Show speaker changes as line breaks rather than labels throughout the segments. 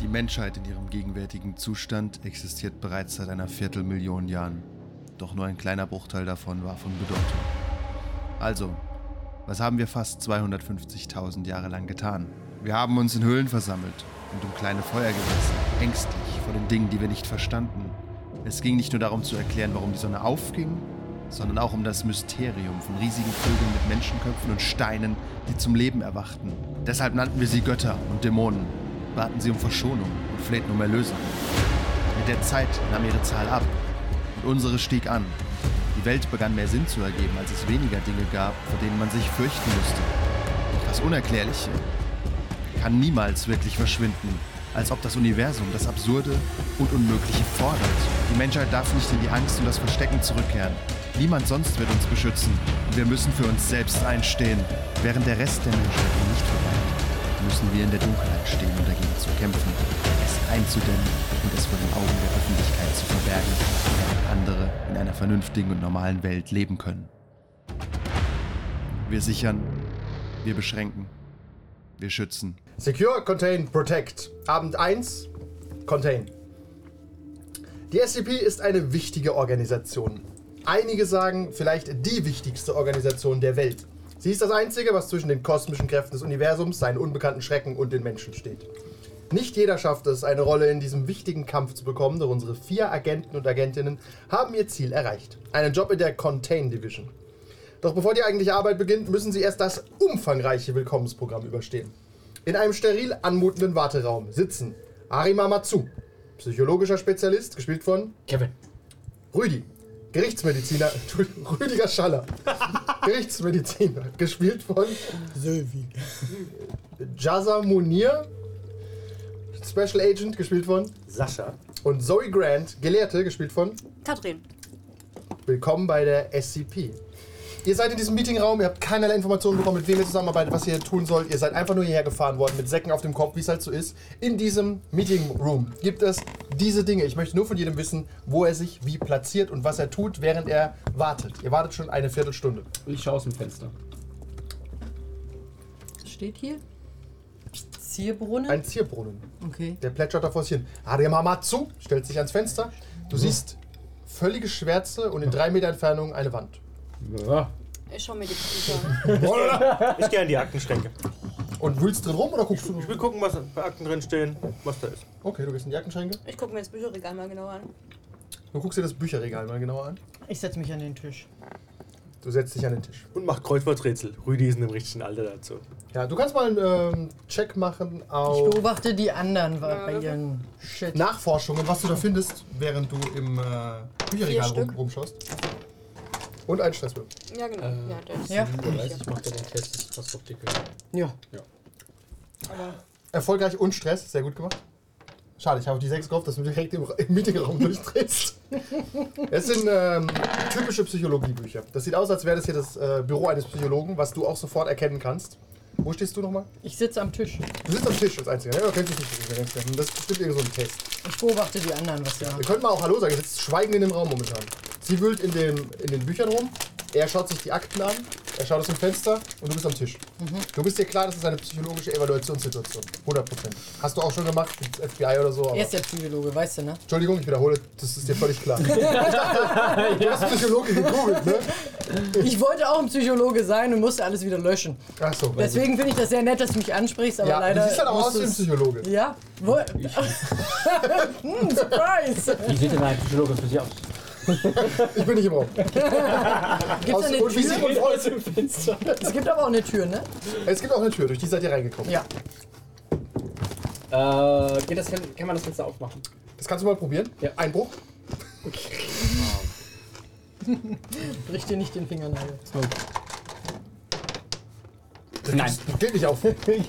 Die Menschheit in ihrem gegenwärtigen Zustand existiert bereits seit einer Viertelmillion Jahren. Doch nur ein kleiner Bruchteil davon war von Bedeutung. Also, was haben wir fast 250.000 Jahre lang getan? Wir haben uns in Höhlen versammelt und um kleine Feuer gesessen, ängstlich vor den Dingen, die wir nicht verstanden. Es ging nicht nur darum zu erklären, warum die Sonne aufging, sondern auch um das Mysterium von riesigen Vögeln mit Menschenköpfen und Steinen, die zum Leben erwachten. Deshalb nannten wir sie Götter und Dämonen, baten sie um Verschonung und flehten um Erlösung. Mit der Zeit nahm ihre Zahl ab und unsere stieg an. Die Welt begann mehr Sinn zu ergeben, als es weniger Dinge gab, vor denen man sich fürchten musste. Doch das Unerklärliche kann niemals wirklich verschwinden, als ob das Universum das Absurde und Unmögliche fordert. Die Menschheit darf nicht in die Angst und das Verstecken zurückkehren. Niemand sonst wird uns beschützen und wir müssen für uns selbst einstehen. Während der Rest der Menschheit noch nicht verweilt, müssen wir in der Dunkelheit stehen, um dagegen zu kämpfen, es einzudämmen und es vor den Augen der Öffentlichkeit zu verbergen, damit andere in einer vernünftigen und normalen Welt leben können. Wir sichern, wir beschränken, wir schützen.
Secure, Contain, Protect. Abend 1, Contain. Die SCP ist eine wichtige Organisation. Einige sagen vielleicht die wichtigste Organisation der Welt. Sie ist das Einzige, was zwischen den kosmischen Kräften des Universums, seinen unbekannten Schrecken und den Menschen steht. Nicht jeder schafft es, eine Rolle in diesem wichtigen Kampf zu bekommen, doch unsere vier Agenten und Agentinnen haben ihr Ziel erreicht. Einen Job in der Contain Division. Doch bevor die eigentliche Arbeit beginnt, müssen sie erst das umfangreiche Willkommensprogramm überstehen. In einem steril anmutenden Warteraum sitzen Arima Matsu, psychologischer Spezialist, gespielt von
Kevin.
Rüdi, Gerichtsmediziner, Rüdiger Schaller. Gerichtsmediziner, gespielt von
Sylvie.
Jaza Munir, Special Agent, gespielt von
Sascha.
und Zoe Grant, Gelehrte, gespielt von
Katrin.
Willkommen bei der SCP. Ihr seid in diesem Meetingraum, ihr habt keinerlei Informationen bekommen, mit wem ihr zusammenarbeitet, was ihr tun sollt. Ihr seid einfach nur hierher gefahren worden mit Säcken auf dem Kopf, wie es halt so ist. In diesem Meetingroom gibt es diese Dinge. Ich möchte nur von jedem wissen, wo er sich wie platziert und was er tut, während er wartet. Ihr wartet schon eine Viertelstunde.
Ich schaue aus dem Fenster.
Steht hier? Zierbrunnen?
Ein Zierbrunnen.
okay.
Der plätschert davor hin. Adem Hamatsu stellt sich ans Fenster. Du siehst völlige Schwärze und in drei Meter Entfernung eine Wand.
Ja.
Ich schau mir die Bücher an.
Ich gehe an die Aktenschränke.
Und wühlst drin rum oder guckst du?
Ich will gucken, was bei Akten drin stehen, was da ist.
Okay, du gehst in die Jackenschränke.
Ich gucke mir das Bücherregal mal genau an.
Du guckst dir das Bücherregal mal genauer an.
Ich setze mich an den Tisch.
Du setzt dich an den Tisch.
Und macht Kreuzworträtsel. Rüdi ist in dem richtigen Alter dazu.
Ja, du kannst mal einen ähm, Check machen
Ich
auf
beobachte die anderen wa- bei ihren Shit.
Nachforschungen, was du da findest, während du im äh,
Vier
Bücherregal rum,
Stück.
rumschaust. Und einen Stresswürfel.
Ja, genau.
Äh,
ja, das
Ja.
ich mache den Test. Das passt doch dicke.
Ja.
Erfolgreich und Stress, sehr gut gemacht. Schade, ich habe auf die 6 gehofft, dass du direkt im, Ra- im Meetingraum durchdrehst. Es sind ähm, typische Psychologiebücher. Das sieht aus, als wäre das hier das äh, Büro eines Psychologen, was du auch sofort erkennen kannst. Wo stehst du nochmal?
Ich sitze am Tisch.
Du sitzt am Tisch als Einziger, ne? Du kennst dich nicht. du kennst dich nicht. Das ist bestimmt irgend so ein Test.
Ich beobachte die anderen, was sie
Wir
machen.
könnten mal auch Hallo sagen, ihr sitzt schweigend in dem Raum momentan. Sie wühlt in, dem, in den Büchern rum, er schaut sich die Akten an, er schaut aus dem Fenster und du bist am Tisch.
Mhm.
Du bist dir klar, das ist eine psychologische Evaluationssituation. 100%. Hast du auch schon gemacht, mit FBI oder so. Aber
Er ist der Psychologe, weißt du, ne?
Entschuldigung, ich wiederhole, das ist dir völlig klar. ich dachte, du hast Psychologe gegoogelt, ne?
Ich wollte auch ein Psychologe sein und musste alles wieder löschen.
Ach so. weiß ich.
Deswegen finde ich das sehr nett, dass du mich ansprichst, aber
Ja,
leider.
du siehst halt auch aus
musst
wie ein
du's-
Psychologe.
Ja? Wo? hm, surprise!
Wie sieht denn ein Psychologe für Sie aus?
Ich bin nicht im Raum.
Gibt's
Aus-
eine
und wie
Tür?
sieht man aus?
Es gibt aber auch eine Tür, ne?
Es gibt auch eine Tür, durch die seid ihr reingekommen.
Ja.
Äh, geht das, Fen- kann man das Fenster aufmachen?
Das kannst du mal probieren.
Ja.
Einbruch.
Brich dir nicht den Fingernagel.
Nein.
Geht nicht auf.
Wir sind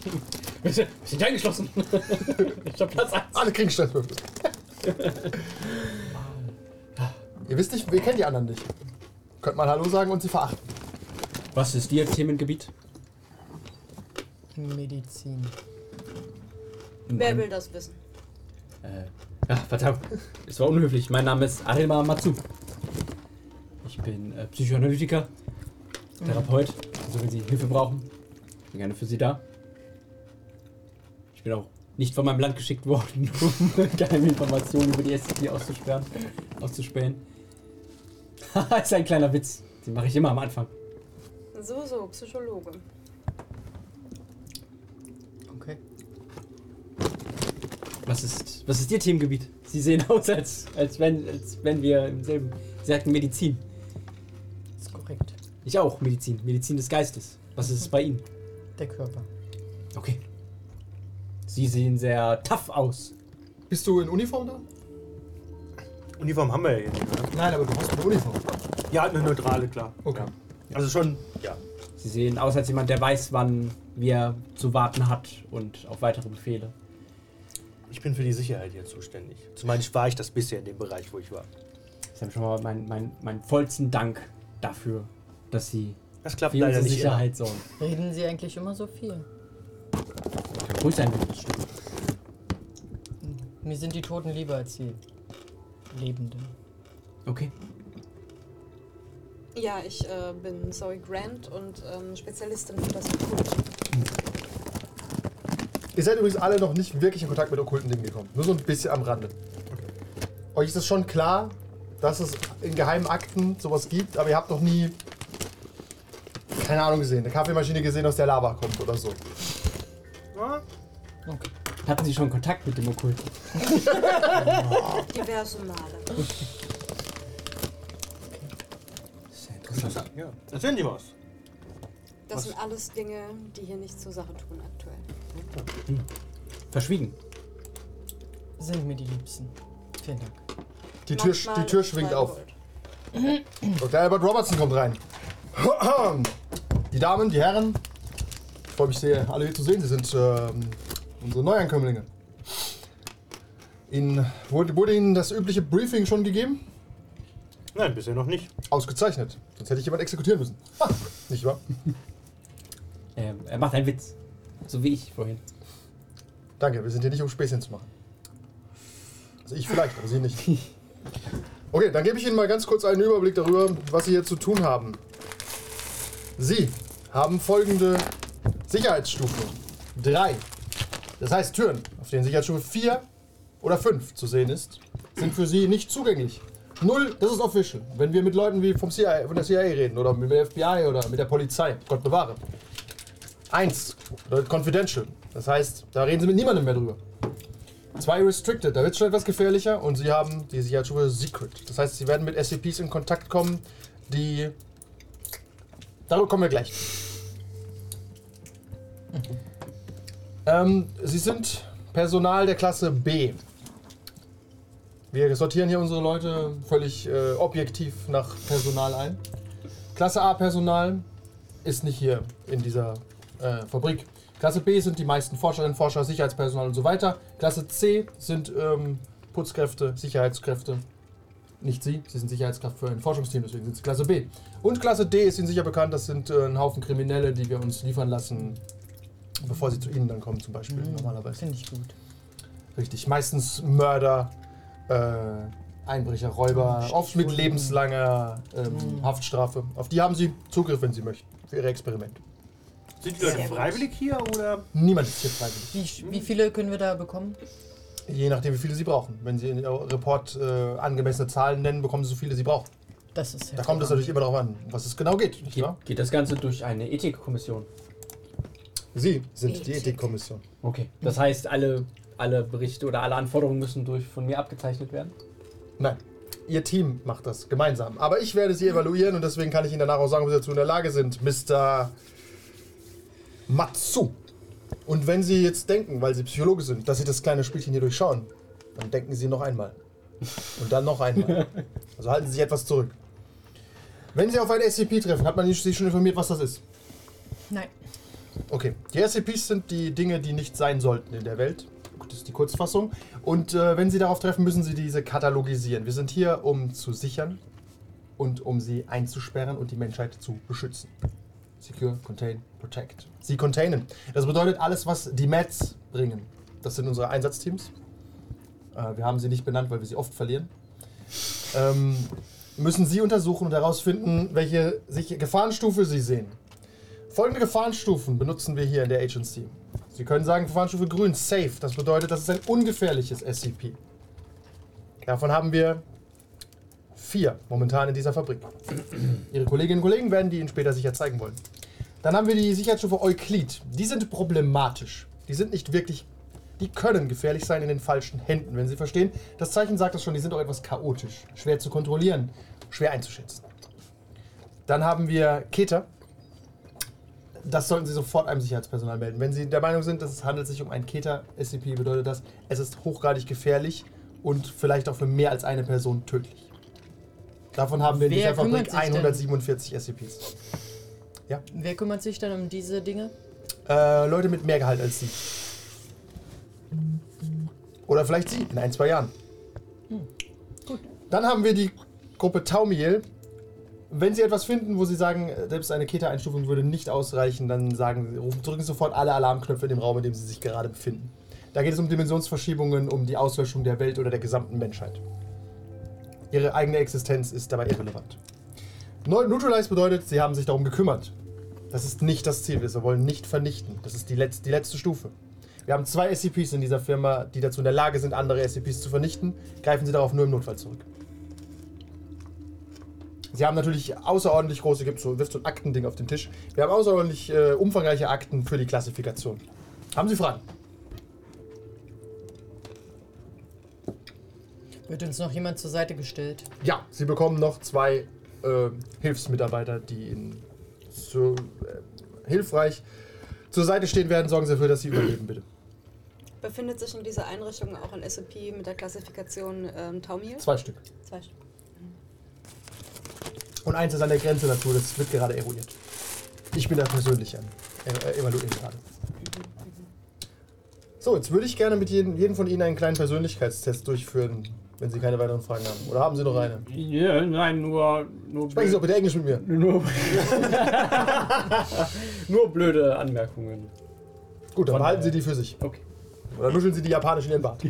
wir sind eingeschlossen. ich hab Platz 1.
Alle kriegen Stresswürfel. ihr wisst nicht, wir kennen die anderen nicht. Könnt mal Hallo sagen und sie verachten.
Was ist Ihr Themengebiet?
Medizin.
Wer will das wissen?
Äh, ach, verdammt. Es war unhöflich. Mein Name ist Arima Matsu. Ich bin äh, Psychoanalytiker, Therapeut. Also wenn Sie Hilfe brauchen, bin gerne für Sie da. Ich bin auch nicht von meinem Land geschickt worden, um geheime Informationen über die SCP auszusperren, auszuspähen. Haha, ist ein kleiner Witz. Den mache ich immer am Anfang.
So, so, Psychologe.
Okay. Was ist, was ist Ihr Themengebiet? Sie sehen aus, als, als, wenn, als wenn wir im selben. Sie sagten Medizin.
Ist korrekt.
Ich auch, Medizin. Medizin des Geistes. Was ist es bei Ihnen?
Der Körper.
Okay. Sie sehen sehr tough aus.
Bist du in Uniform da?
Uniform haben wir ja jetzt. Oder?
Nein, aber du hast eine Uniform.
Ja, eine neutrale, klar.
Okay.
Ja. Also schon, ja.
Sie sehen aus als jemand, der weiß, wann wir zu warten hat und auf weitere Befehle.
Ich bin für die Sicherheit hier zuständig. Zumindest war ich das bisher in dem Bereich, wo ich war.
Sie haben schon mal meinen mein, mein vollsten Dank dafür, dass Sie
Das klappt
für
leider
unsere
nicht. immer.
Sicherheit sorgen.
Reden Sie eigentlich immer so viel?
Kann ruhig sein, wenn das stimmt.
Mir sind die Toten lieber als die Lebenden.
Okay.
Ja, ich äh, bin Zoe Grant und ähm, Spezialistin für das Okkult.
Ihr seid übrigens alle noch nicht wirklich in Kontakt mit okkulten Dingen gekommen. Nur so ein bisschen am Rande. Euch ist es schon klar, dass es in geheimen Akten sowas gibt, aber ihr habt noch nie, keine Ahnung, gesehen. Eine Kaffeemaschine gesehen, aus der Lava kommt oder so.
Okay.
Hatten Sie schon Kontakt mit dem Okkulten?
Diverse Male.
Sehr interessant.
Ja. Erzählen Sie was.
Das sind alles Dinge, die hier nicht zur Sache tun aktuell.
Verschwiegen.
Sind mir die Liebsten. Vielen Dank.
Die Tür, die
Manchmal
Tür schwingt
zwei
auf.
Gold.
Dr. Albert Robertson kommt rein. Die Damen, die Herren, freue mich sehr, alle hier zu sehen. Sie sind ähm, unsere Neuankömmlinge. Ihnen wurde, wurde Ihnen das übliche Briefing schon gegeben?
Nein, bisher noch nicht.
Ausgezeichnet. Sonst hätte ich jemand exekutieren müssen. Ha, nicht wahr?
Ähm, er macht einen Witz. So wie ich vorhin.
Danke, wir sind hier nicht, um Späßchen zu machen. Also ich vielleicht, aber Sie nicht. Okay, dann gebe ich Ihnen mal ganz kurz einen Überblick darüber, was Sie hier zu tun haben. Sie haben folgende Sicherheitsstufe. Drei. Das heißt, Türen, auf denen Sicherheitsstufe 4 oder 5 zu sehen ist, sind für Sie nicht zugänglich. Null, das ist official. Wenn wir mit Leuten wie vom CIA, von der CIA reden oder mit der FBI oder mit der Polizei, Gott bewahre. Eins, bedeutet confidential. Das heißt, da reden sie mit niemandem mehr drüber. Zwei restricted, da wird es schon etwas gefährlicher. Und sie haben die Sicherheitsstufe secret. Das heißt, sie werden mit SCPs in Kontakt kommen, die. Darüber kommen wir gleich. Ähm, sie sind Personal der Klasse B. Wir sortieren hier unsere Leute völlig äh, objektiv nach Personal ein. Klasse A Personal ist nicht hier in dieser äh, Fabrik. Klasse B sind die meisten Forscherinnen, Forscher, Sicherheitspersonal und so weiter. Klasse C sind ähm, Putzkräfte, Sicherheitskräfte. Nicht sie, sie sind Sicherheitskraft für ein Forschungsteam, deswegen sind sie Klasse B. Und Klasse D ist ihnen sicher bekannt, das sind äh, ein Haufen Kriminelle, die wir uns liefern lassen, bevor sie zu ihnen dann kommen zum Beispiel, normalerweise.
Mhm. Finde ich gut.
Richtig, meistens Mörder, äh, Einbrecher, Räuber, oft mit lebenslanger ähm, Haftstrafe. Auf die haben sie Zugriff, wenn sie möchten, für ihre Experimente.
Sind die Leute freiwillig hier oder?
Niemand ist hier freiwillig.
Wie, sch- wie viele können wir da bekommen?
Je nachdem, wie viele sie brauchen. Wenn sie in ihrem Report äh, angemessene Zahlen nennen, bekommen sie so viele sie brauchen.
Das ist
Da kommt es natürlich immer darauf an, um was es genau geht. Nicht
Geht,
wahr?
geht das Ganze durch eine Ethikkommission?
Sie sind die
Ethik.
Ethikkommission.
Okay. Mhm. Das heißt, alle, alle Berichte oder alle Anforderungen müssen durch von mir abgezeichnet werden?
Nein, ihr Team macht das gemeinsam. Aber ich werde sie evaluieren und deswegen kann ich Ihnen danach auch sagen, ob Sie dazu in der Lage sind, Mr. Matsu. Und wenn Sie jetzt denken, weil Sie Psychologe sind, dass Sie das kleine Spielchen hier durchschauen, dann denken Sie noch einmal. Und dann noch einmal. Also halten Sie sich etwas zurück. Wenn Sie auf eine SCP treffen, hat man Sie schon informiert, was das ist?
Nein.
Okay, die SCPs sind die Dinge, die nicht sein sollten in der Welt. Das ist die Kurzfassung. Und äh, wenn Sie darauf treffen, müssen Sie diese katalogisieren. Wir sind hier, um zu sichern und um sie einzusperren und die Menschheit zu beschützen. Secure, Contain, Protect. Sie containen. Das bedeutet alles, was die Mets bringen. Das sind unsere Einsatzteams. Äh, wir haben sie nicht benannt, weil wir sie oft verlieren. Ähm, müssen Sie untersuchen und herausfinden, welche sich Gefahrenstufe Sie sehen. Folgende Gefahrenstufen benutzen wir hier in der Agency. Sie können sagen, Verfahrensstufe grün, safe. Das bedeutet, das ist ein ungefährliches SCP. Davon haben wir vier momentan in dieser Fabrik. Ihre Kolleginnen und Kollegen werden die Ihnen später sicher zeigen wollen. Dann haben wir die Sicherheitsstufe Euklid. Die sind problematisch. Die sind nicht wirklich. Die können gefährlich sein in den falschen Händen, wenn Sie verstehen. Das Zeichen sagt das schon, die sind auch etwas chaotisch. Schwer zu kontrollieren, schwer einzuschätzen. Dann haben wir Keter. Das sollten Sie sofort einem Sicherheitspersonal melden. Wenn Sie der Meinung sind, dass es handelt sich um einen Keter-SCP, bedeutet das, es ist hochgradig gefährlich und vielleicht auch für mehr als eine Person tödlich. Davon haben wir in
Wer
dieser
kümmert
Fabrik
sich
147
denn?
SCPs.
Wer kümmert sich dann um diese Dinge?
Äh, Leute mit mehr Gehalt als Sie. Oder vielleicht Sie in ein, zwei Jahren. Dann haben wir die Gruppe Taumiel. Wenn Sie etwas finden, wo Sie sagen, äh, selbst eine Keta-Einstufung würde nicht ausreichen, dann sagen, Sie- rufen, drücken Sie sofort alle Alarmknöpfe in dem Raum, in dem Sie sich gerade befinden. Da geht es um Dimensionsverschiebungen, um die Auslöschung der Welt oder der gesamten Menschheit. Ihre eigene Existenz ist dabei irrelevant. Neu- Neutralize bedeutet, Sie haben sich darum gekümmert. Das ist nicht das Ziel. Wir wollen nicht vernichten. Das ist die, Letz die letzte Stufe. Wir haben zwei SCPs in dieser Firma, die dazu in der Lage sind, andere SCPs zu vernichten. Greifen Sie darauf nur im Notfall zurück. Sie haben natürlich außerordentlich große, gibt so, wirft so ein Aktending auf den Tisch. Wir haben außerordentlich äh, umfangreiche Akten für die Klassifikation. Haben Sie Fragen?
Wird uns noch jemand zur Seite gestellt?
Ja, Sie bekommen noch zwei äh, Hilfsmitarbeiter, die Ihnen so, äh, hilfreich zur Seite stehen werden. Sorgen Sie dafür, dass Sie überleben, bitte.
Befindet sich in dieser Einrichtung auch ein SCP mit der Klassifikation ähm, Taumil?
Zwei Stück.
Zwei Stück.
Und eins ist an der Grenze dazu, das wird gerade eruiert. Ich bin da persönlich an. Äh, äh, evaluieren gerade. So, jetzt würde ich gerne mit jedem, jedem von Ihnen einen kleinen Persönlichkeitstest durchführen, wenn Sie keine weiteren Fragen haben. Oder haben Sie noch eine?
Ja, nein, nur. nur
Sprechen Sie doch bitte Englisch mit mir.
Nur, nur blöde Anmerkungen.
Gut, dann
Von
behalten Sie
daher.
die für sich.
Okay.
Oder nuscheln Sie die japanisch in Ihren Bart.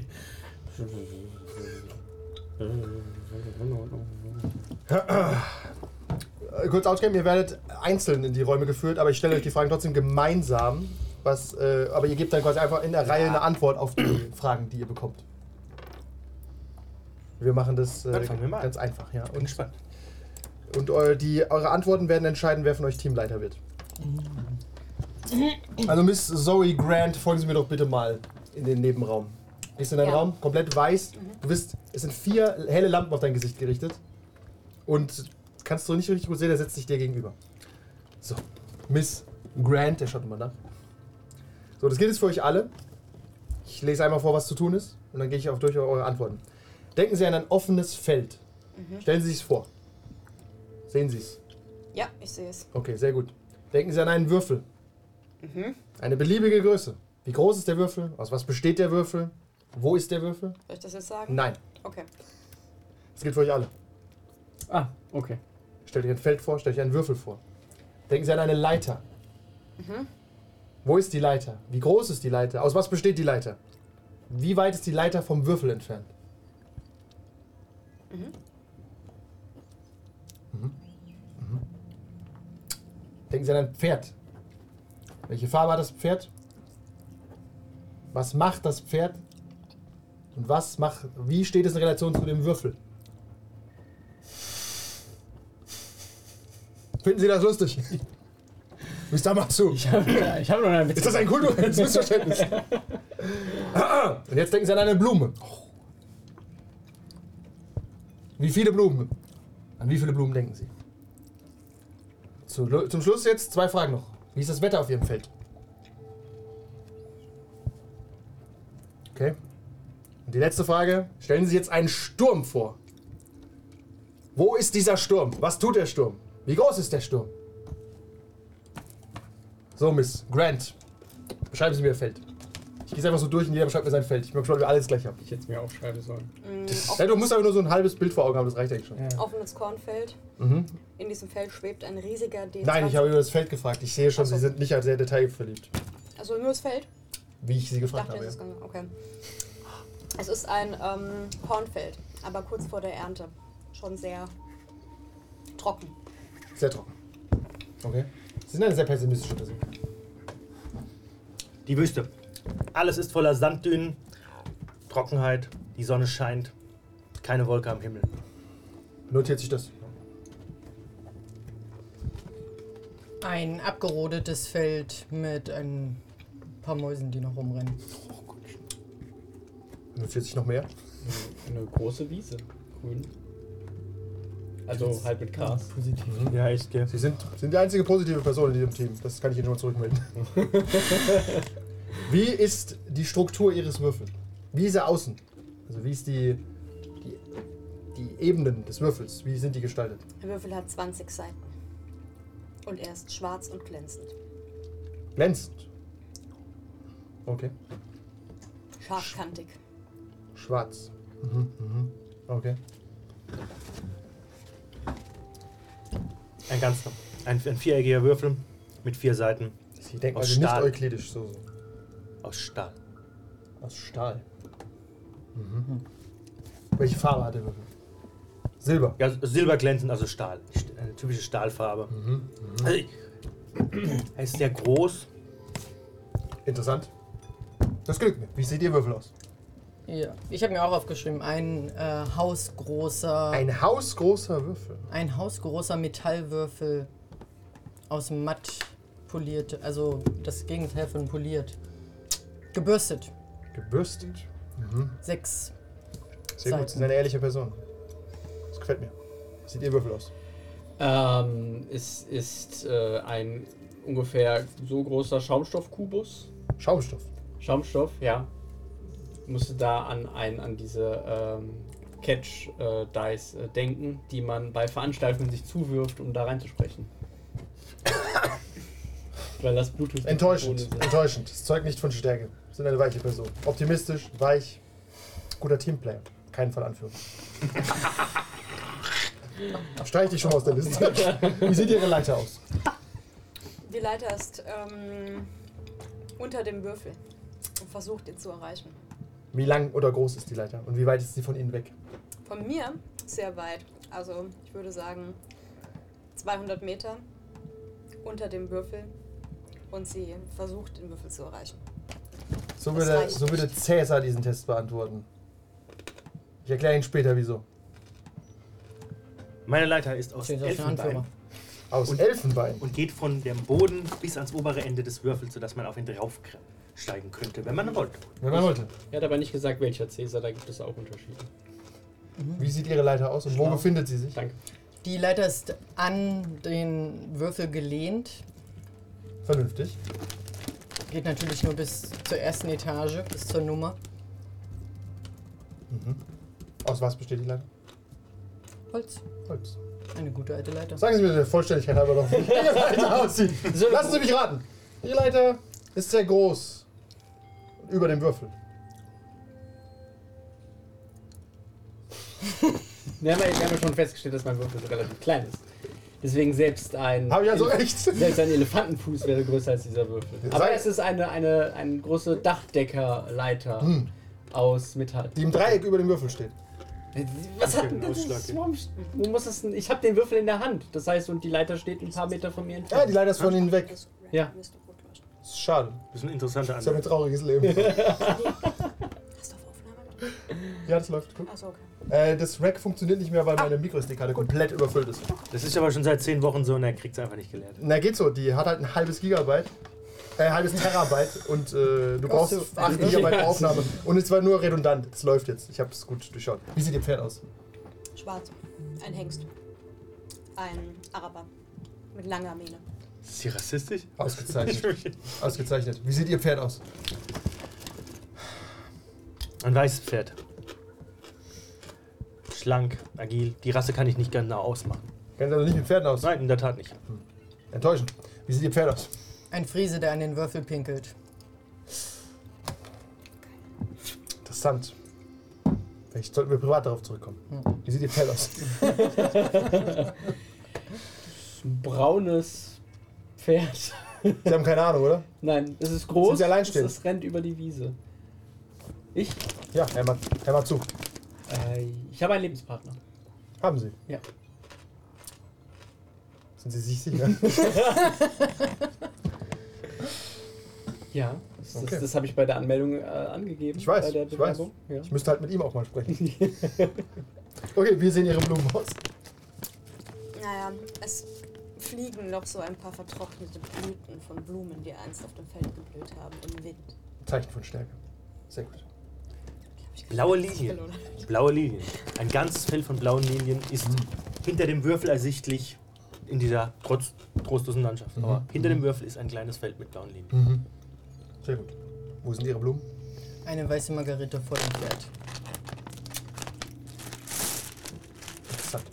Äh, kurz outgame, ihr werdet einzeln in die Räume geführt, aber ich stelle euch die Fragen trotzdem gemeinsam. Was, äh, aber ihr gebt dann quasi einfach in der Reihe eine Antwort auf die Fragen, die ihr bekommt. Wir machen das äh,
Dann fangen wir mal an.
ganz einfach, ja. Und,
gespannt.
und eu, die, eure Antworten werden entscheiden, wer von euch Teamleiter wird. Also Miss Zoe Grant, folgen Sie mir doch bitte mal in den Nebenraum. Gehst du in deinen
Ja.
Raum, komplett weiß. Du bist, es sind vier helle Lampen auf dein Gesicht gerichtet. Und kannst du nicht richtig gut sehen, der setzt sich dir gegenüber. So, Miss Grant, der schaut nochmal nach. So, das gilt jetzt für euch alle. Ich lese einmal vor, was zu tun ist und dann gehe ich auch durch eure Antworten. Denken Sie an ein offenes Feld. Stellen Sie sich vor. Sehen Sie es.
Ja, ich sehe es.
Okay, sehr gut. Denken Sie an einen Würfel. Eine beliebige Größe. Wie groß ist der Würfel? Aus was besteht der Würfel? Wo ist der Würfel?
Soll ich das jetzt sagen?
Nein,
Okay.
das gilt für euch alle.
Ah, okay.
Stellt euch ein Feld vor, stellt euch einen Würfel vor. Denken Sie an eine Leiter. Wo ist die Leiter? Wie groß ist die Leiter? Aus was besteht die Leiter? Wie weit ist die Leiter vom Würfel entfernt? Mhm. Mhm. Denken Sie an ein Pferd. Welche Farbe hat das Pferd? Was macht das Pferd? Und was macht, wie steht es in Relation zu dem Würfel? Finden Sie das lustig? Mr. Matsu.
Ich habe ich hab noch einen
Ist
Witz.
das ein kulturelles Missverständnis? Und jetzt denken Sie an eine Blume. Wie viele Blumen? An wie viele Blumen denken Sie? Zu, zum Schluss jetzt zwei Fragen noch. Wie ist das Wetter auf Ihrem Feld? Okay. Und die letzte Frage. Stellen Sie jetzt einen Sturm vor. Wo ist dieser Sturm? Was tut der Sturm? Wie groß ist der Sturm? So, Miss Grant, beschreiben Sie mir Ihr Feld. Ich gehe es einfach so durch und jeder beschreibt mir sein Feld. Ich bin mal gespannt, ob wir alles gleich haben.
Ich hätte es mir aufschreiben sollen.
Ja, du musst aber nur so ein halbes Bild vor Augen haben, das reicht eigentlich schon.
Mm, Offenes Kornfeld. In diesem Feld schwebt ein riesiger D20.
Mhm. Nein, ich habe über das Feld gefragt. Ich sehe schon,
Ach so.
Sie sind nicht als sehr detailverliebt,
Also nur das Feld?
wie ich Sie
Ich
gefragt
dachte, es
habe.
ist
Ja.
ganz. Okay. Es ist ein ähm, Kornfeld, aber kurz vor der Ernte. Schon sehr trocken.
Sehr trocken. Okay. Sie sind eine sehr pessimistische Person.
Die Wüste. Alles ist voller Sanddünen, Trockenheit, die Sonne scheint, keine Wolke am Himmel.
Notiert sich das.
Ein abgerodetes Feld mit ein paar Mäusen, die noch rumrennen.
Notiert sich noch mehr.
Eine große Wiese. Grün. Also halt mit Gras.
Ja, ich gehe.
Sie sind, sind die einzige positive Person in diesem Team. Das kann ich Ihnen schon mal zurückmelden. wie ist die Struktur Ihres Würfels? Wie ist er außen? Also wie ist die, die, die Ebenen des Würfels? Wie sind die gestaltet?
Der Würfel hat 20 Seiten. Und er ist schwarz und glänzend.
Glänzend. Okay.
Scharfkantig.
Schwarz. Mhm, mhm. Okay.
Ein ganzer. Ein, ein viereckiger Würfel mit vier Seiten
Sie denken
Aus
also nicht
Stahl.
euklidisch, so, so.
aus Stahl.
Aus Stahl. Mhm. Welche Farbe hat der Würfel? Silber.
Ja, silberglänzend, also Stahl. St- Eine typische Stahlfarbe. Also, ich- er ist sehr groß.
Interessant. Das genügt mir. Wie sieht Ihr Würfel aus?
Ja. Ich habe mir auch aufgeschrieben, ein äh, hausgroßer, ein,
Ein hausgroßer Würfel.
hausgroßer Metallwürfel aus matt poliert, also das Gegenteil von poliert. Gebürstet.
Gebürstet.
Sechs.
Sehr gut, Sie sind
Seiten.
eine ehrliche Person. Das gefällt mir. Sieht ihr Würfel aus?
Ähm, es ist äh, ein ungefähr so großer Schaumstoffkubus.
Schaumstoff.
Schaumstoff, ja. Musste da an ein, an diese ähm, Catch-Dice äh, denken, die man bei Veranstaltungen sich zuwirft, um da reinzusprechen. Weil das Bluetooth.
Enttäuschend. Enttäuschend. Das zeugt nicht von Stärke. Sie sind eine weiche Person. Optimistisch, weich, guter Teamplayer. Keinen Fall anführen. Streich dich schon mal aus der Liste. Wie sieht Ihre Leiter aus?
Die Leiter ist ähm, unter dem Würfel und versucht ihn zu erreichen.
Wie lang oder groß ist die Leiter? Und wie weit ist sie von Ihnen weg?
Von mir sehr weit. Also ich würde sagen 200 Meter unter dem Würfel. Und sie versucht, den Würfel zu erreichen.
So
Das
würde,
reicht
so würde Cäsar diesen Test beantworten. Ich erkläre Ihnen später wieso.
Meine Leiter ist aus
Steht auf dem
Elfenbein
Anführer.
Aus Elfenbein.
und geht von dem Boden bis ans obere Ende des Würfels, sodass man auf ihn draufsteigen könnte, wenn man wollte.
Wenn man wollte.
Er hat aber nicht gesagt, welcher Cäsar, da gibt es auch Unterschiede.
Wie sieht Ihre Leiter aus und wo befindet sie sich?
Danke.
Die Leiter ist an den Würfel gelehnt.
Vernünftig.
Geht natürlich nur bis zur ersten Etage, bis zur Nummer.
Aus was besteht die Leiter?
Holz.
Holz.
Eine gute alte Leiter.
Sagen Sie mir der Vollständigkeit halber noch, wie Ihre Leiter aussieht. Lassen Sie mich raten. Ihre Leiter ist sehr groß. Und Über dem Würfel.
Wir haben, ja, wir haben ja schon festgestellt, dass mein Würfel so relativ klein ist. Deswegen selbst ein.
Habe ich also recht?
Selbst ein Elefantenfuß wäre größer als dieser Würfel. Aber
Sei-
es ist eine, eine, eine große Dachdeckerleiter aus Metall.
Hm. Die im Dreieck über dem Würfel steht.
Was hat
Okay,
denn das?
Ausschlag, ja.
Warum, wo muss das denn? Ich habe den Würfel in der Hand. Das heißt, und die Leiter steht ein paar Meter von mir
Ja,
entfernt.
die Leiter ist von Ihnen weg.
Das Red
Ja.
müsste rot leuchten.
Das ist schade.
Das ist ein interessanter
Das ist ja ein
Ansatz.
trauriges Leben.
Hast du auf Aufnahme gemacht?
Ja, das läuft gut.
Achso, okay.
Äh, das Rack funktioniert nicht mehr, weil meine MicroSD-Karte komplett überfüllt ist.
Das ist aber schon seit zehn Wochen so und er kriegt es einfach nicht gelernt.
Na, geht so. Die hat halt ein halbes Gigabyte. Äh, ein halbes Terabyte und äh, du brauchst
Kostet
8 Gigabyte Aufnahme. Und es war nur redundant. Es läuft jetzt. Ich habe es gut durchschaut. Wie sieht Ihr Pferd aus?
Schwarz. Ein Hengst. Ein Araber. Mit langer Mähne.
Ist sie rassistisch?
Ausgezeichnet. Ausgezeichnet. Wie sieht Ihr Pferd aus?
Ein weißes Pferd. Schlank, agil. Die Rasse kann ich nicht genau ausmachen.
Kennen Sie also nicht mit Pferden aus?
Nein, in der Tat nicht.
Enttäuschend. Wie sieht Ihr Pferd aus?
Ein Friese, der an den Würfel pinkelt.
Interessant. Vielleicht sollten wir privat darauf zurückkommen. Wie sieht Ihr Pferd aus?
Ein braunes Pferd.
Sie haben keine Ahnung, oder?
Nein, es ist groß.
Sind Sie alleinstehend?
Es, es rennt über die Wiese. Ich?
Ja, hör mal, hör mal zu.
Äh, ich habe einen Lebenspartner.
Haben Sie.
Ja.
Sind Sie sich sicher?
Ja, das,
Okay.
das, das habe ich bei der Anmeldung äh, angegeben.
Ich weiß,
bei der
ich weiß.
Bewerbung,
Ich müsste halt mit ihm auch mal sprechen. okay, wie sehen Ihre Blumen aus?
Naja, es fliegen noch so ein paar vertrocknete Blüten von Blumen, die einst auf dem Feld geblüht haben, im Wind.
Zeichen von Stärke. Sehr gut.
Blaue Linien. Blaue Linien. Ein ganzes Feld von blauen Linien ist
Mhm.
hinter dem Würfel ersichtlich in dieser trotz trostlosen Landschaft.
Mhm.
Aber hinter dem Würfel ist ein kleines Feld mit blauen Linien.
Sehr gut. Wo sind Ihre Blumen?
Eine weiße Margarete vor dem Pferd.
Interessant.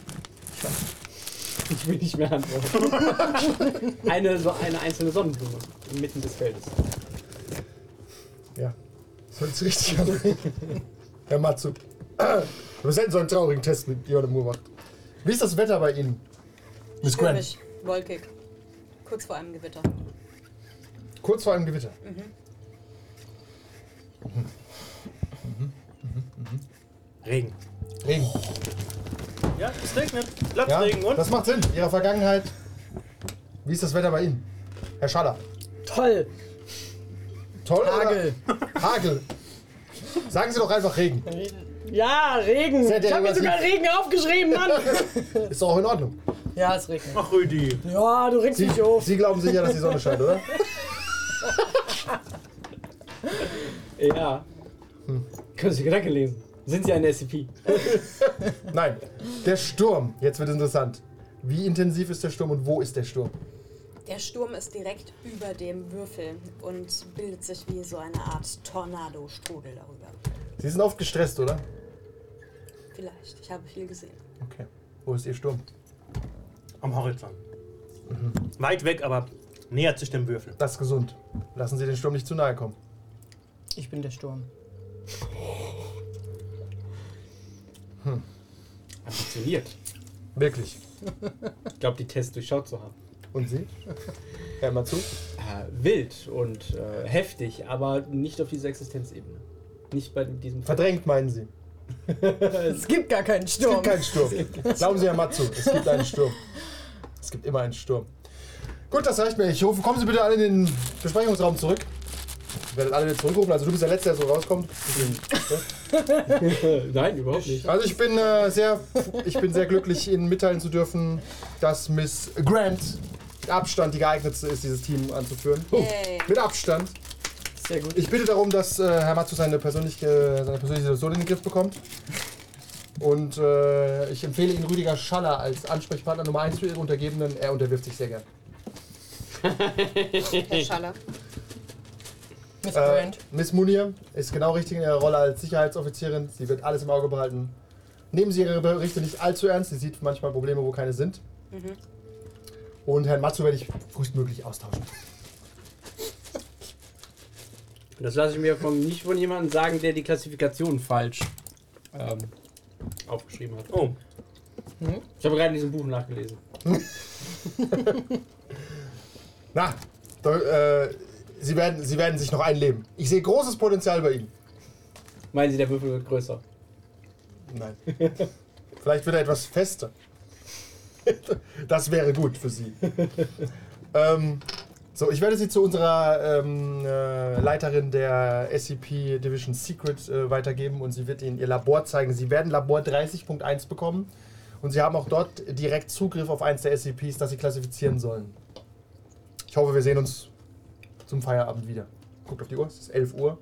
Ich will nicht mehr antworten. eine, so eine einzelne Sonnenblume inmitten des Feldes.
Ja. Das hört sich richtig an. Herr Matsu. Wir haben selten so einen traurigen Test mit Jordan Moore macht. Wie ist das Wetter bei Ihnen? Miss Grant.
Stürmisch, wolkig. Kurz vor einem Gewitter.
Kurz vor einem Gewitter.
Regen.
Regen.
Ja, es regnet.
Ja,
Platzregen und.
das macht Sinn. Ihrer Vergangenheit. Wie ist das Wetter bei Ihnen? Herr Schaller.
Toll!
Toll
Hagel!
oder? Hagel. Sagen Sie doch einfach Regen.
Ja, Regen!
Sehr
ich habe mir
derivativ.
sogar Regen aufgeschrieben, Mann!
Ist doch auch in Ordnung.
ja, es regnet.
Ach, Rüdi.
Ja, du regst
Sie,
mich auf.
Sie glauben sicher, dass die Sonne scheint, oder?
Ja.
Hm.
Können Sie Gedanken lesen? Sind Sie eine SCP?
Nein. Der Sturm. Jetzt wird interessant. Wie intensiv ist der Sturm und wo ist der Sturm?
Der Sturm ist direkt über dem Würfel und bildet sich wie so eine Art Tornado-Strudel darüber.
Sie sind oft gestresst, oder?
Vielleicht, ich habe viel gesehen.
Okay. Wo ist Ihr Sturm?
Am Horizont.
Mhm.
Weit weg, aber nähert sich dem Würfel.
Das ist gesund. Lassen Sie den Sturm nicht zu nahe kommen.
Ich bin der Sturm.
Ambitioniert.
Wirklich.
Ich glaube, die Tests durchschaut zu haben.
Und Sie? Herr Matsu?
Äh, wild und äh, heftig, aber nicht auf dieser Existenzebene. Nicht bei diesem
Verdrängt, meinen Sie?
Es gibt gar keinen
Es
Sturm.
gibt keinen Sturm. Glauben Sie, Herr Matsu, es gibt einen Sturm. Es gibt immer einen Sturm. Gut, das reicht mir. Ich rufe, kommen Sie bitte alle in den Besprechungsraum zurück. Ich werde alle wieder zurückrufen. Also du bist der Letzte, der so rauskommt.
Nein, überhaupt nicht.
Also ich bin, äh, sehr, ich bin sehr glücklich, Ihnen mitteilen zu dürfen, dass Miss Grant mit Abstand die geeignetste ist, dieses Team anzuführen.
Yay.
Mit Abstand.
Sehr gut.
Ich bitte darum, dass äh, Herr Matsu seine persönliche, seine persönliche Situation in den Griff bekommt. Und äh, ich empfehle Ihnen Rüdiger Schaller als Ansprechpartner Nummer 1 für Ihre Untergebenen. Er unterwirft sich sehr gern.
Herr Schaller.
Miss
Äh,
Grant.
Miss Munir ist genau richtig in ihrer Rolle als Sicherheitsoffizierin. Sie wird alles im Auge behalten. Nehmen Sie Ihre Berichte nicht allzu ernst. Sie sieht manchmal Probleme, wo keine sind. Und Herrn Matsu werde ich frühestmöglich austauschen.
Das lasse ich mir von, nicht von jemandem sagen, der die Klassifikation falsch ähm, aufgeschrieben hat.
Oh,
Ich habe gerade in diesem Buch nachgelesen.
Na, da, äh, Sie, werden, Sie werden sich noch einleben. Ich sehe großes Potenzial bei Ihnen.
Meinen Sie, der Würfel wird größer?
Nein. Vielleicht wird er etwas fester. Das wäre gut für Sie. ähm, so, ich werde Sie zu unserer ähm, äh, Leiterin der SCP Division Secret äh, weitergeben und sie wird Ihnen Ihr Labor zeigen. Sie werden Labor 30.1 bekommen und Sie haben auch dort direkt Zugriff auf eins der SCPs, das Sie klassifizieren sollen. Ich hoffe, wir sehen uns zum Feierabend wieder. Guckt auf die Uhr, es ist 11 Uhr.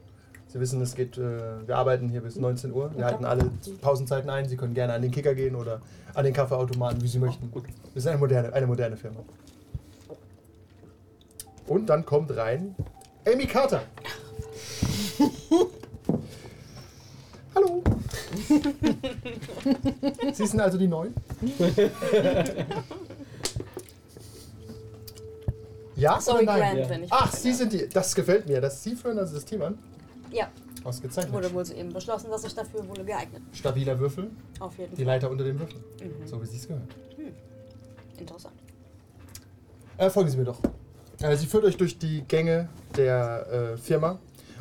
Sie wissen, es geht, äh, wir arbeiten hier bis 19 Uhr. Wir halten alle Pausenzeiten ein. Sie können gerne an den Kicker gehen oder an den Kaffeeautomaten, wie Sie möchten. Wir sind eine moderne, eine moderne Firma. Und dann kommt rein Amy Carter. Hallo. Sie sind also die Neuen? ja
Sorry,
oder nein?
Grant,
Ja.
wenn ich.
Ach, Sie sind die. Das gefällt mir, dass Sie führen also das Team an.
Ja, wurde
Ausgezeichnet.
wohl soeben beschlossen, dass ich dafür wohl Mhm. geeignet bin.
Stabiler Würfel,
Auf jeden
die
Fall.
Leiter unter dem Würfel. So wie Sie es gehört.
Interessant.
Äh, folgen Sie mir doch. Äh, sie führt euch durch die Gänge der äh, Firma.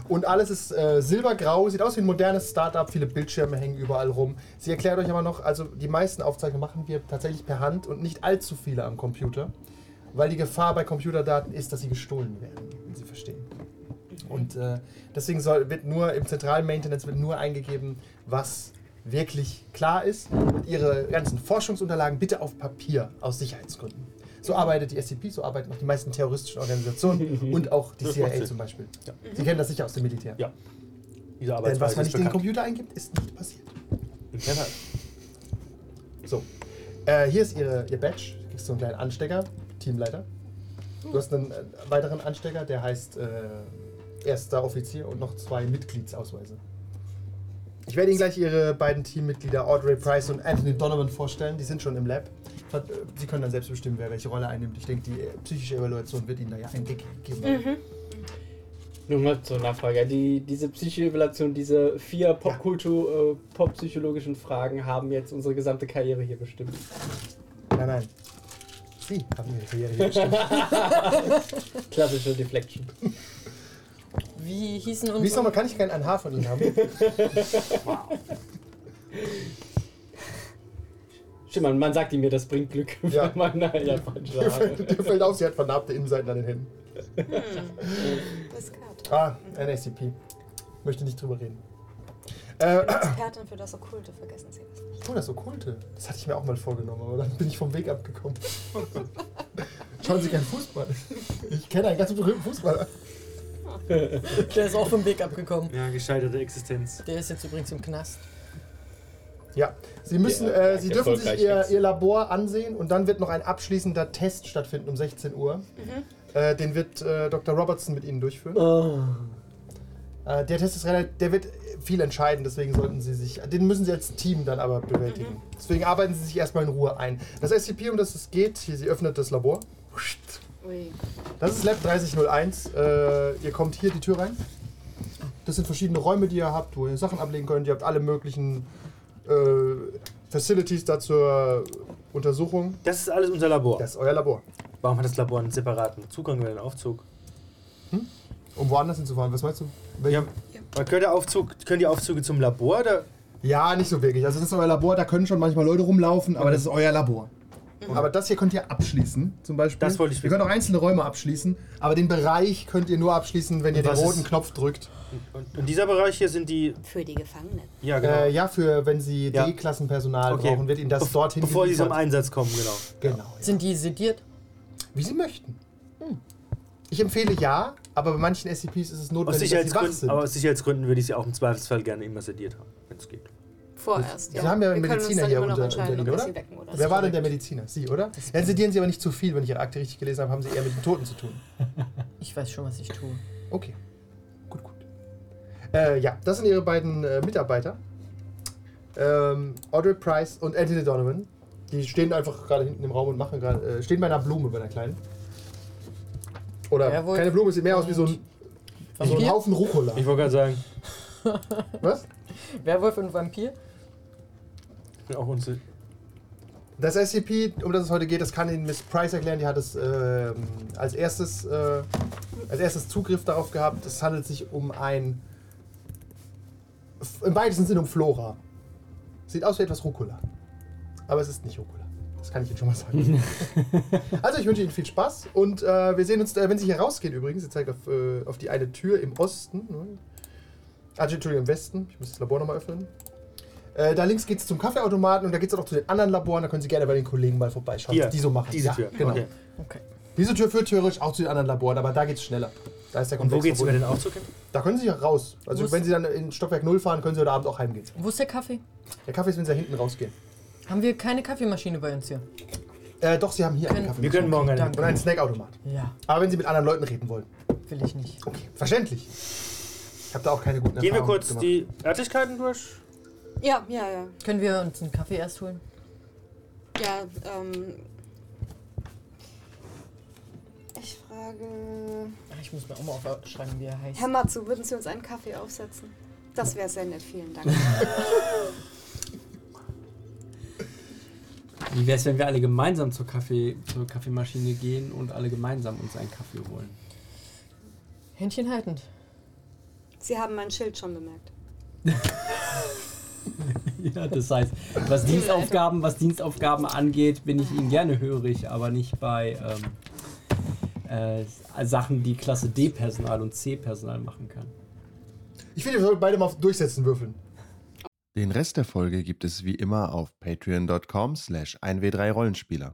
Und alles ist äh, silbergrau, sieht aus wie ein modernes Startup, viele Bildschirme hängen überall rum. Sie erklärt euch aber noch, also die meisten Aufzeichnungen machen wir tatsächlich per Hand und nicht allzu viele am Computer, weil die Gefahr bei Computerdaten ist, dass sie gestohlen werden, wenn Sie verstehen. Und äh, deswegen soll, wird nur im zentralen Maintenance wird nur eingegeben, was wirklich klar ist. Und ihre ganzen Forschungsunterlagen bitte auf Papier aus Sicherheitsgründen. So arbeitet die SCP, so arbeiten auch die meisten terroristischen Organisationen und auch die
Das macht
CIA
Sinn.
zum Beispiel.
Ja.
Sie kennen das sicher aus dem Militär.
Ja. Diese
Denn Äh, was
Arbeitsweise
man
ist
nicht in den
bekannt.
Computer eingibt, ist nicht passiert.
Clever.
So. Äh, hier ist ihre, ihr Badge. Du kriegst so einen kleinen Anstecker, Teamleiter. Du hast einen äh, weiteren Anstecker, der heißt äh, erster Offizier und noch zwei Mitgliedsausweise. Ich werde Ihnen gleich Ihre beiden Teammitglieder Audrey Price und Anthony Donovan vorstellen. Die sind schon im Lab. Hat- äh, Sie können dann selbst bestimmen, wer welche Rolle einnimmt. Ich denke, die äh, psychische Evaluation wird Ihnen da ja Einblick geben.
Nur mal zur Nachfrage. Die, diese Psychoevaluation, diese vier Popkultur, äh, popsychologischen Fragen haben jetzt unsere gesamte Karriere hier bestimmt.
Nein, nein. Sie haben Ihre Karriere hier bestimmt.
Klassische Deflection.
Wie hießen
Wie ist nochmal,
unsere,
kann ich keinen ein Haar von Ihnen haben?
Stimmt, man, man sagt ihm mir, das bringt Glück,
Ja.
wenn man eine japanische
Dir
Haare-
fällt, dir fällt auf, sie hat vernarbte Innenseiten an den Händen.
Diskat.
Ah, ein SCP. Möchte nicht drüber reden. Äh,
Expertin für das Okkulte, vergessen Sie das.
oh, das Okkulte. Das hatte ich mir auch mal vorgenommen, aber dann bin ich vom Weg abgekommen. Schauen Sie keinen Fußball. Ich kenne einen ganz berühmten Fußballer.
der ist auch vom Weg abgekommen.
Ja, gescheiterte Existenz.
Der ist jetzt übrigens im Knast.
Ja, Sie müssen,
Ja,
äh, Sie dürfen sich
erfolgreich
ihr,
jetzt.
ihr Labor ansehen und dann wird noch ein abschließender Test stattfinden um 16 Uhr.
Mhm.
Äh, den wird äh, Dr. Robertson mit Ihnen durchführen. Äh, der Test ist relativ, der wird viel entscheiden, deswegen sollten Sie sich, den müssen Sie als Team dann aber bewältigen. Deswegen arbeiten Sie sich erstmal in Ruhe ein. Das SCP, um das es geht, hier, sie öffnet das Labor.
Ui.
Das ist Lab 3001. Äh, ihr kommt hier die Tür rein. Das sind verschiedene Räume, die ihr habt, wo ihr Sachen ablegen könnt. Ihr habt alle möglichen äh, Facilities da zur Untersuchung.
Das ist alles unser Labor.
Das ist euer Labor.
Warum hat das Labor einen separaten Zugang oder einen Aufzug?
Um woanders hinzufahren, was meinst du?
Ja. Aber Gehört der Aufzug, können die Aufzüge zum Labor oder
Ja, nicht so wirklich. Also das ist euer Labor, da können schon manchmal Leute rumlaufen,
Mhm.
aber das ist euer Labor. Aber das hier könnt ihr abschließen, zum Beispiel.
Das wollte ich
Ihr könnt auch einzelne Räume abschließen, aber den Bereich könnt ihr nur abschließen, wenn ihr den
was ist-
roten Knopf drückt.
Und, und dieser Bereich hier sind die.
Für die Gefangenen.
Ja, genau.
Äh, ja, für wenn sie
Ja.
D-Klassenpersonal
Okay.
brauchen, wird ihnen das
Bef-
dorthin
Bevor die zum
geliefert.
Einsatz kommen, genau.
Genau. Ja.
Sind die sediert?
Wie sie möchten. Ich empfehle ja, aber bei manchen SCPs ist es
Hm.
notwendig, dass
Aus
sie wach
Sicherheitsgründen,
sind.
aber aus Sicherheitsgründen würde ich sie auch im Zweifelsfall gerne immer sediert haben, wenn es geht.
Vorerst,
Wir haben ja einen
Wir können uns
Mediziner
dann
hier
immer noch
unter,
entscheiden,
unter Ihnen,
ob wir
oder?
sie wecken oder
Wer
nicht.
war denn der Mediziner? Sie, oder? Dann sedieren Sie aber nicht zu viel, wenn ich Ihre Akte richtig gelesen habe, haben Sie eher mit den Toten zu tun.
Ich weiß schon, was ich tue.
Okay. Gut, gut. Äh, ja, das sind ihre beiden äh, Mitarbeiter. Ähm, Audrey Price und Anthony Donovan. Die stehen einfach gerade hinten im Raum und machen gerade, äh, stehen bei einer Blume, bei einer kleinen. Oder
Jawohl.
keine Blume, sieht mehr aus wie so ein, wie so ein
Vampir?
Haufen Rucola.
Ich wollte gerade sagen,
Was?
Werwolf und Vampir?
auch uns.
Also Das SCP, um das es heute geht, das kann Ihnen Miss Price erklären. Die hat es ähm, als, erstes, äh, als erstes Zugriff darauf gehabt. Es handelt sich um ein. f- im weitesten Sinne um Flora. Sieht aus wie etwas Rucola. Aber es ist nicht Rucola. Das kann ich Ihnen schon mal sagen. also, ich wünsche Ihnen viel Spaß und äh, wir sehen uns, äh, wenn Sie hier rausgehen übrigens. Sie zeigt auf, äh, auf die eine Tür im Osten. Ne? Also, Entschuldigung, im Westen. Ich muss das Labor nochmal öffnen. Äh, da links geht es zum Kaffeeautomaten und da geht es auch zu den anderen Laboren. Da können Sie gerne bei den Kollegen mal vorbeischauen,
Hier,
was die so machen.
diese Tür.
Genau.
Okay.
Okay.
Diese Tür führt theoretisch auch zu den anderen Laboren, aber da geht es schneller. Da ist der
Und wo
Komplex
geht's über
verbunden.
den Aufzug hin?
Da können Sie raus. Also,
Wo ist-
wenn Sie dann in Stockwerk 0 fahren, können Sie heute Abend auch heimgehen.
Wo ist der Kaffee?
Der Kaffee ist, wenn Sie da hinten rausgehen.
Haben wir keine Kaffeemaschine bei uns hier?
Äh, doch, Sie haben hier einen
Können-
Kaffee.
Wir können morgen einen.
danke.
Und einen Snackautomat.
Ja,
Aber wenn Sie mit anderen Leuten reden wollen.
will ich nicht.
Okay, verständlich. Ich habe da auch keine guten
Gehen wir
Erfahrungen
kurz
gemacht.
die Örtlichkeiten durch.
Ja, ja, ja.
Können wir uns einen Kaffee erst holen?
Ja, ähm. Ich frage.
Ach, Ich muss mir auch mal aufschreiben, wie er heißt.
Herr Matsu, würden Sie uns einen Kaffee aufsetzen? Das wäre sehr nett, vielen Dank.
Wie wäre es, wenn wir alle gemeinsam zur, Kaffee, zur Kaffeemaschine gehen und alle gemeinsam uns einen Kaffee holen?
Händchen haltend.
Sie haben mein Schild schon bemerkt.
Ja, das heißt, was Dienstaufgaben, was Dienstaufgaben angeht, bin ich Ihnen gerne hörig, aber nicht bei ähm, äh, Sachen, die Klasse D-Personal und C-Personal machen kann.
Ich finde, wir sollten beide mal auf Durchsetzen würfeln.
Den Rest der Folge gibt es wie immer auf patreon.com slash 1w3rollenspieler.